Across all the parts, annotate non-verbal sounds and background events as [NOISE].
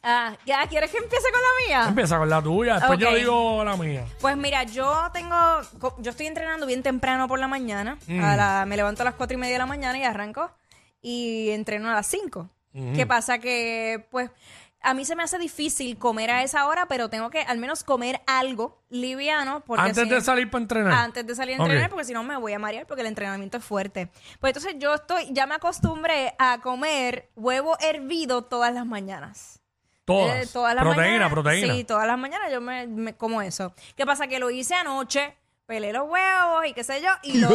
Ah, ¿ya quieres que empiece con la mía? Empieza con la tuya, después Ah. Ok. yo digo la mía. Pues mira, yo tengo, co- yo estoy entrenando bien temprano por la mañana. Mm. A la- me levanto a las cuatro y media de la mañana y arranco y entreno a las 5. ¿Qué pasa? Que pues a mí se me hace difícil comer a esa hora, pero tengo que al menos comer algo liviano. Porque Antes si- de salir para entrenar. Antes de salir a entrenar, Ok. porque si no me voy a marear porque el entrenamiento es fuerte. Pues entonces yo estoy, ya me acostumbré a comer huevo hervido todas las mañanas. Todas. Eh, todas las proteína, mañanas. proteína. Sí, todas las mañanas yo me, me como eso. ¿Qué pasa? Que lo hice anoche, pelé los huevos y qué sé yo, y [LAUGHS] lo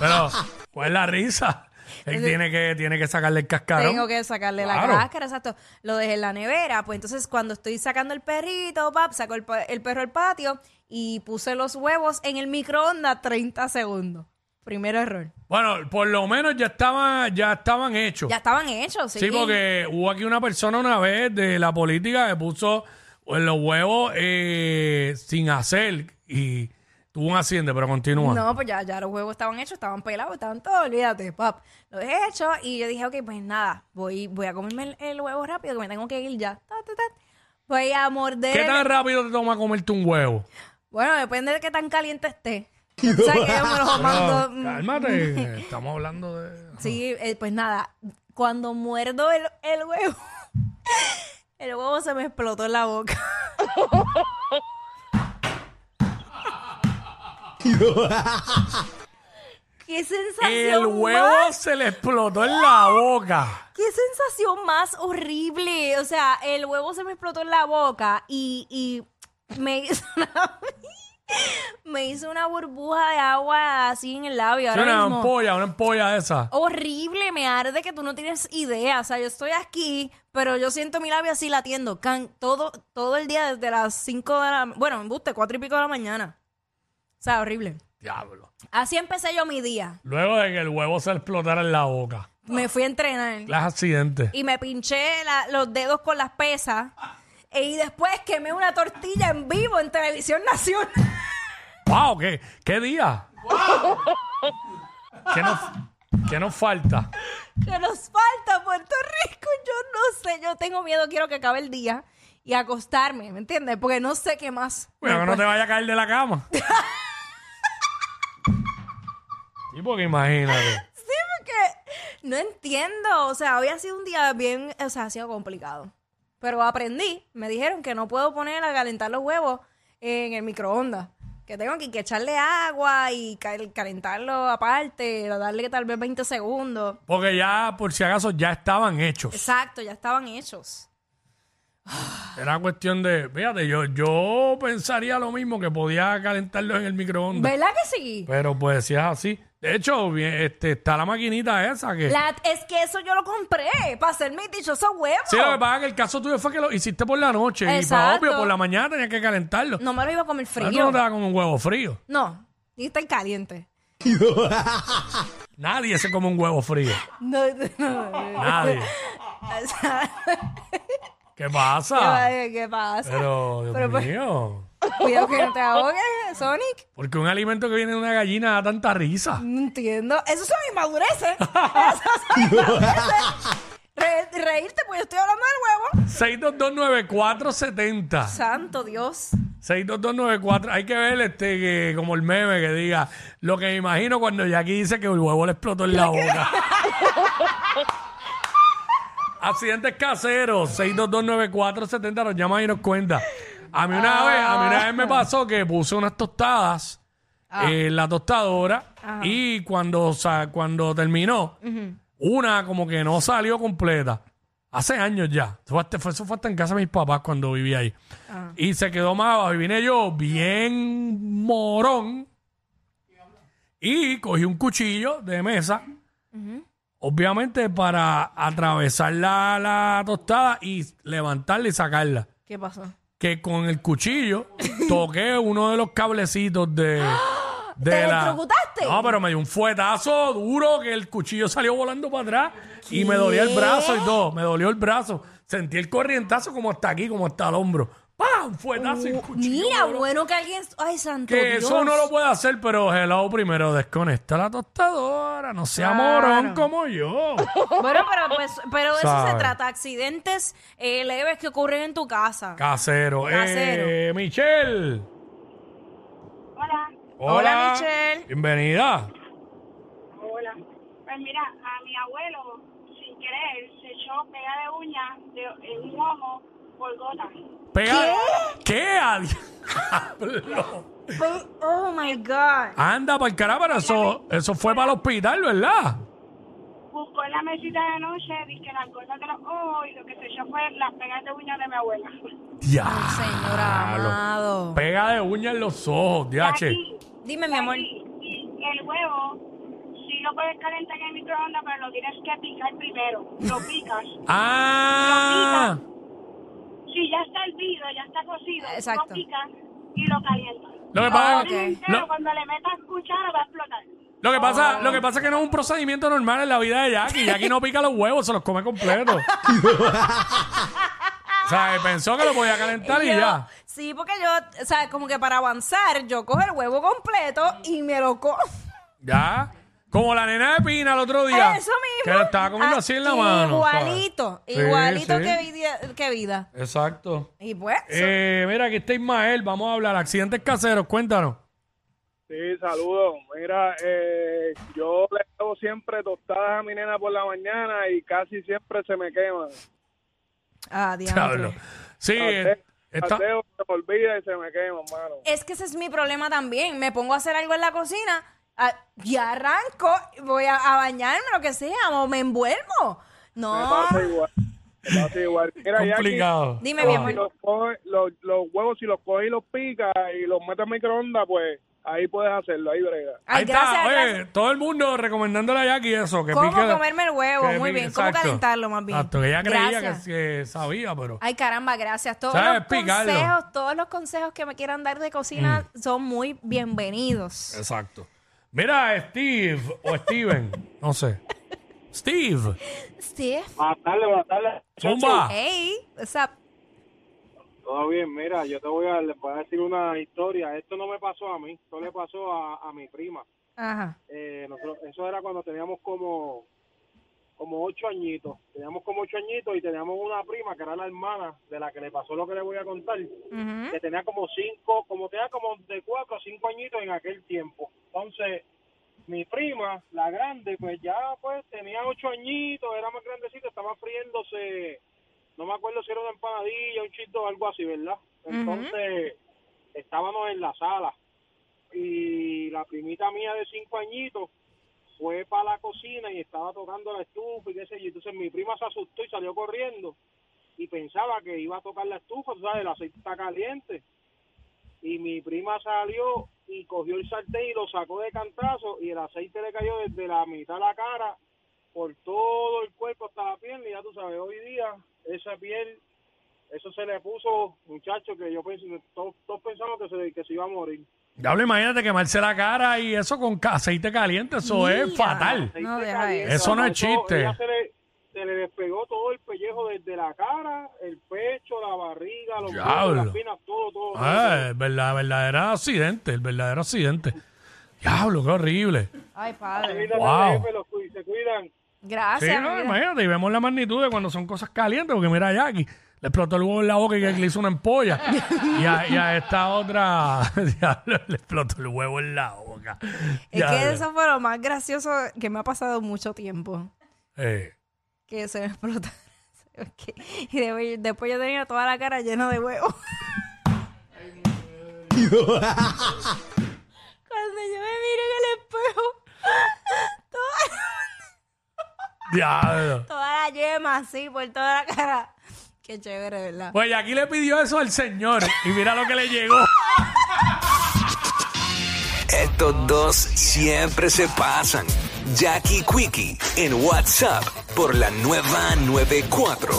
Pero, ¿cuál es la risa? Él tiene que, tiene que sacarle el cascarón. tengo que sacarle Claro. la cáscara, exacto. Lo dejé en la nevera. Pues entonces cuando estoy sacando el perrito, pap, saco el, pe- el perro al patio y puse los huevos en el microondas 30 segundos. Primero error. Bueno, por lo menos ya estaban, ya estaban hechos. Ya estaban hechos, sí. sí, porque hubo aquí una persona una vez de la política que puso pues, los huevos eh, sin hacer y tuvo un accidente, pero continúa. No, pues ya, ya los huevos estaban hechos, estaban pelados, estaban todos, olvídate, pap. Los he hecho y yo dije, ok, pues nada, voy, voy a comerme el, el huevo rápido que me tengo que ir ya. Ta, ta, ta. Voy a morder. ¿Qué el- tan rápido te toma comerte un huevo? Bueno, depende de qué tan caliente [LAUGHS] esté. O sea, que yo me los mando. mm, No, Ah, cálmate, eh, estamos hablando de... Sí, eh, pues nada, cuando muerdo el, el huevo, [LAUGHS] el huevo se me explotó en la [LAUGHS] boca. ¡Qué sensación! El huevo más- ¡Oh! se le explotó en la boca. ¡Qué sensación más horrible! O sea, el huevo se me explotó en la boca y, y me, [LAUGHS] hizo una, me hizo una burbuja de agua así en el labio. Sí, ahora una mismo. Oh. ampolla, una ampolla esa. Horrible, me arde que tú no tienes idea. O sea, yo estoy aquí, pero yo siento mi labio así latiendo. Can, todo, todo el día desde las 5 de la... Bueno, embuste, 4 y pico de la mañana. O sea, horrible. Diablo. Así empecé yo mi día. Luego de que el huevo se explotara en la boca. Me fui a entrenar. Las accidentes. y me pinché la- los dedos con las pesas. E- Y después quemé una tortilla en vivo en televisión nacional. [LAUGHS] ¡Wow! ¿Qué, qué día? ¿Qué, nos, qué nos falta? que nos falta Puerto Rico. Yo no sé, yo tengo miedo, quiero que acabe el día y acostarme, ¿me entiendes? Porque no sé qué más. Cuidado que me no te puede- vaya a caer de [LAUGHS] la cama. Sí, porque imagínate. Sí, porque no entiendo. O sea, hoy ha sido un día bien, o sea, ha sido complicado. Pero aprendí, me dijeron que no puedo poner a calentar los huevos en el microondas. Que tengo que, que echarle agua y cal- calentarlo aparte, darle tal vez 20 segundos. Porque ya, por si acaso, ya estaban hechos. Exacto, ya estaban hechos. Era cuestión de, fíjate, yo, yo pensaría lo mismo que podía calentarlo en el microondas. ¿Verdad que sí? Pero pues si es así. De hecho, bien, este, está la maquinita esa que. La- es que eso yo lo compré para hacer mis dichosos huevos. Sí, lo que pasa es que el caso tuyo fue que lo hiciste por la noche y para Oh. Exacto. obvio por la mañana tenías que calentarlo. No me lo iba a comer Pero tú no frío. te da con un huevo frío. No, ni tan caliente. Nadie se come un huevo [LAUGHS] frío. No, no, no. Nadie. [LAUGHS] O sea, ¿Qué pasa? ¿Qué pasa? Ah. Pero, Dios Pero, pues- mío. Cuidado que no te ahogues, Sonic. Porque un alimento que viene de una gallina da tanta risa. No entiendo. Eso son [LAUGHS] inmadureces. Eso son inmadureces. Re- reírte, pues yo estoy hablando del huevo. 6229470. Santo Dios. 62294. Hay que ver este que, como el meme que diga lo que me imagino cuando Jackie dice que el huevo le explotó en la boca. [LAUGHS] Accidentes caseros, 6229470 nos llama y nos cuenta. A mí una vez, a mí una vez me pasó que puse unas tostadas en la tostadora y cuando, sa- cuando terminó, una como que no salió completa. Hace años ya. Eso fue, hasta- fue- eso fue hasta en casa de mis papás cuando vivía ahí. Y se quedó más abajo. Y vine yo bien morón. Y cogí un cuchillo de mesa. Obviamente para atravesar la, la tostada y levantarla y sacarla. ¿Qué pasó? Que con el [LAUGHS] cuchillo toqué uno de los cablecitos de... de ¿Te electrocutaste? No, pero me dio un fuetazo duro que el cuchillo salió volando para atrás y me dolía el brazo y todo. Me dolió el brazo. Sentí el corrientazo como hasta aquí, como hasta el hombro. ¡Pam! Fuetazo y el cuchillo. Uh, Mira, voló. bueno que alguien. Ay, santo Que Dios. eso no lo puede hacer, pero helado primero desconecta la tostadora. No sea Claro. morón [LAUGHS] como yo. Bueno, pero, pues, pero de eso se Sabe. trata. Accidentes eh, leves que ocurren en tu casa. Casero. Casero. Eh, Michelle. Hola, Hola, Michelle. Bienvenida. hola. Pues mira, a mi abuelo, sin querer, se echó pega de uña de, en un ojo por gota. Pega- ¿Qué? a diablo? Pero- Oh my God. [LAUGHS] Anda, para el carajo, eso, eso fue para el hospital, ¿verdad? Buscó en la mesita de noche, dije las cosas de los ojos y lo que se echó fue las pegas de uña de mi abuela. Señor Diablo. amado. Pega de uña en los ojos, diache. Aquí, Dime, mi amor. aquí, y el huevo, si lo puedes calentar en el microondas, pero lo tienes que picar primero. Lo picas. Ah, Si ya está hervido, ya está cocido, Exacto. lo picas y lo calientas. lo que pasa, ok. Entero, lo- Cuando le metas cuchara va a explotar. Lo que, Ah. pasa, lo que pasa es que no es un procedimiento normal en la vida de Jackie. Jackie no pica los huevos, se los come [LAUGHS] completos. o sea, pensó que lo podía calentar y Yo- ya. Sí, porque yo, o sea, como que para avanzar, yo cojo el huevo completo y me lo como. Ya. Como la nena de Pina el otro día. Eso mismo. Que la estaba comiendo Ah, así en la mano. ¿sabes? Igualito, Sí, igualito sí. Que, vida, que vida. Exacto. Y pues, Eh, mira, aquí está Ismael. Vamos a hablar. Accidentes caseros, Ah, cuéntanos. Sí, saludos. Mira, eh, yo le hago siempre tostadas a mi nena por la mañana y casi siempre se me queman. ah, diantre. Diablo. Sí, eh, está- Paseo, se me olvida y se me queman, mano. Es que ese es mi problema también. Me pongo a hacer algo en la cocina ah, y arranco, voy a, a bañarme, lo que sea, o me envuelvo. Me No. pasa igual. Me pasa igual. Mira, Jackie, complicado. Ah. Dime, mi si amor. los, coge- los, los huevos, si los coges y los picas y los metes en microondas, pues ahí puedes hacerlo, ahí brega. Ay, Ahí gracias, está, oye, gracias. todo el mundo recomendándole a Jackie eso. Que ¿Cómo pique- comerme el huevo? que Muy pique, bien. ¿Cómo exacto. calentarlo, más bien? Exacto, que ella creía que, Gracias. que sabía, pero. Ay, caramba, gracias. Todos ¿Sabes los picarlo? consejos, todos los consejos que me quieran dar de cocina Mm. son muy bienvenidos. Exacto. Mira, Steve o Steven, no sé. Steve, Steve. Matarle, matarle. zumba. Hey, what's up? Todo bien, mira, yo te voy a, les voy a decir una historia. Esto no me pasó a mí, esto le pasó a, a mi prima. Ajá. eh, nosotros, eso era cuando teníamos como como ocho añitos, teníamos como ocho añitos y teníamos una prima que era la hermana de la que le pasó lo que le voy a contar, Ujú. que tenía como cinco, como tenía como de cuatro a cinco añitos en aquel tiempo. Entonces, mi prima, la grande, pues ya pues tenía ocho añitos, era más grandecita, estaba friéndose, no me acuerdo si era una empanadilla, un chito o algo así, ¿verdad? Entonces, estábamos en la sala y la primita mía de cinco añitos fue para la cocina y estaba tocando la estufa y qué sé yo. Entonces mi prima se asustó y salió corriendo y pensaba que iba a tocar la estufa, tú ¿sabes? El aceite está caliente. Y mi prima salió y cogió el sartén y lo sacó de cantazo y el aceite le cayó desde la mitad de la cara por todo el cuerpo hasta la piel y ya tú sabes, hoy día esa piel, eso se le puso, muchacho, que yo pensé, todos, todos pensamos que se, que se iba a morir. Diablo, imagínate quemarse la cara y eso con ca- aceite caliente, eso es Mira. fatal. Aceite No, deja caliente, eso. Eso no es chiste. ella se, le, se le despegó todo el pellejo desde la cara, el pecho, la barriga, los Diablo. brazos, las piernas, todo, todo. todo, Ah, el verdad- verdadero accidente, el verdadero accidente. Diablo, qué horrible. Ay, todo. padre. Cuídate, Wow. jefe, los cu- se cuidan. Sí, Gracias. no, mira. imagínate, y vemos la magnitud de cuando son cosas calientes, porque mira a Jackie, le explotó el huevo en la boca y que le hizo una ampolla. y, a, y a esta otra, [LAUGHS] diablo, le explotó el huevo en la boca. es Diablo. que eso fue lo más gracioso que me ha pasado mucho tiempo. Eh, Que se me [LAUGHS] explotó. Ok. Y de- después yo tenía toda la cara llena de huevos. Cuando yo me miro en el espejo, [LAUGHS] toda, diablo. toda la yema así por toda la cara. Qué chévere, ¿verdad? Pues Jackie le pidió eso al señor y mira lo que le llegó. Estos dos siempre se pasan. Jackie Quickie en WhatsApp por la nueva 94.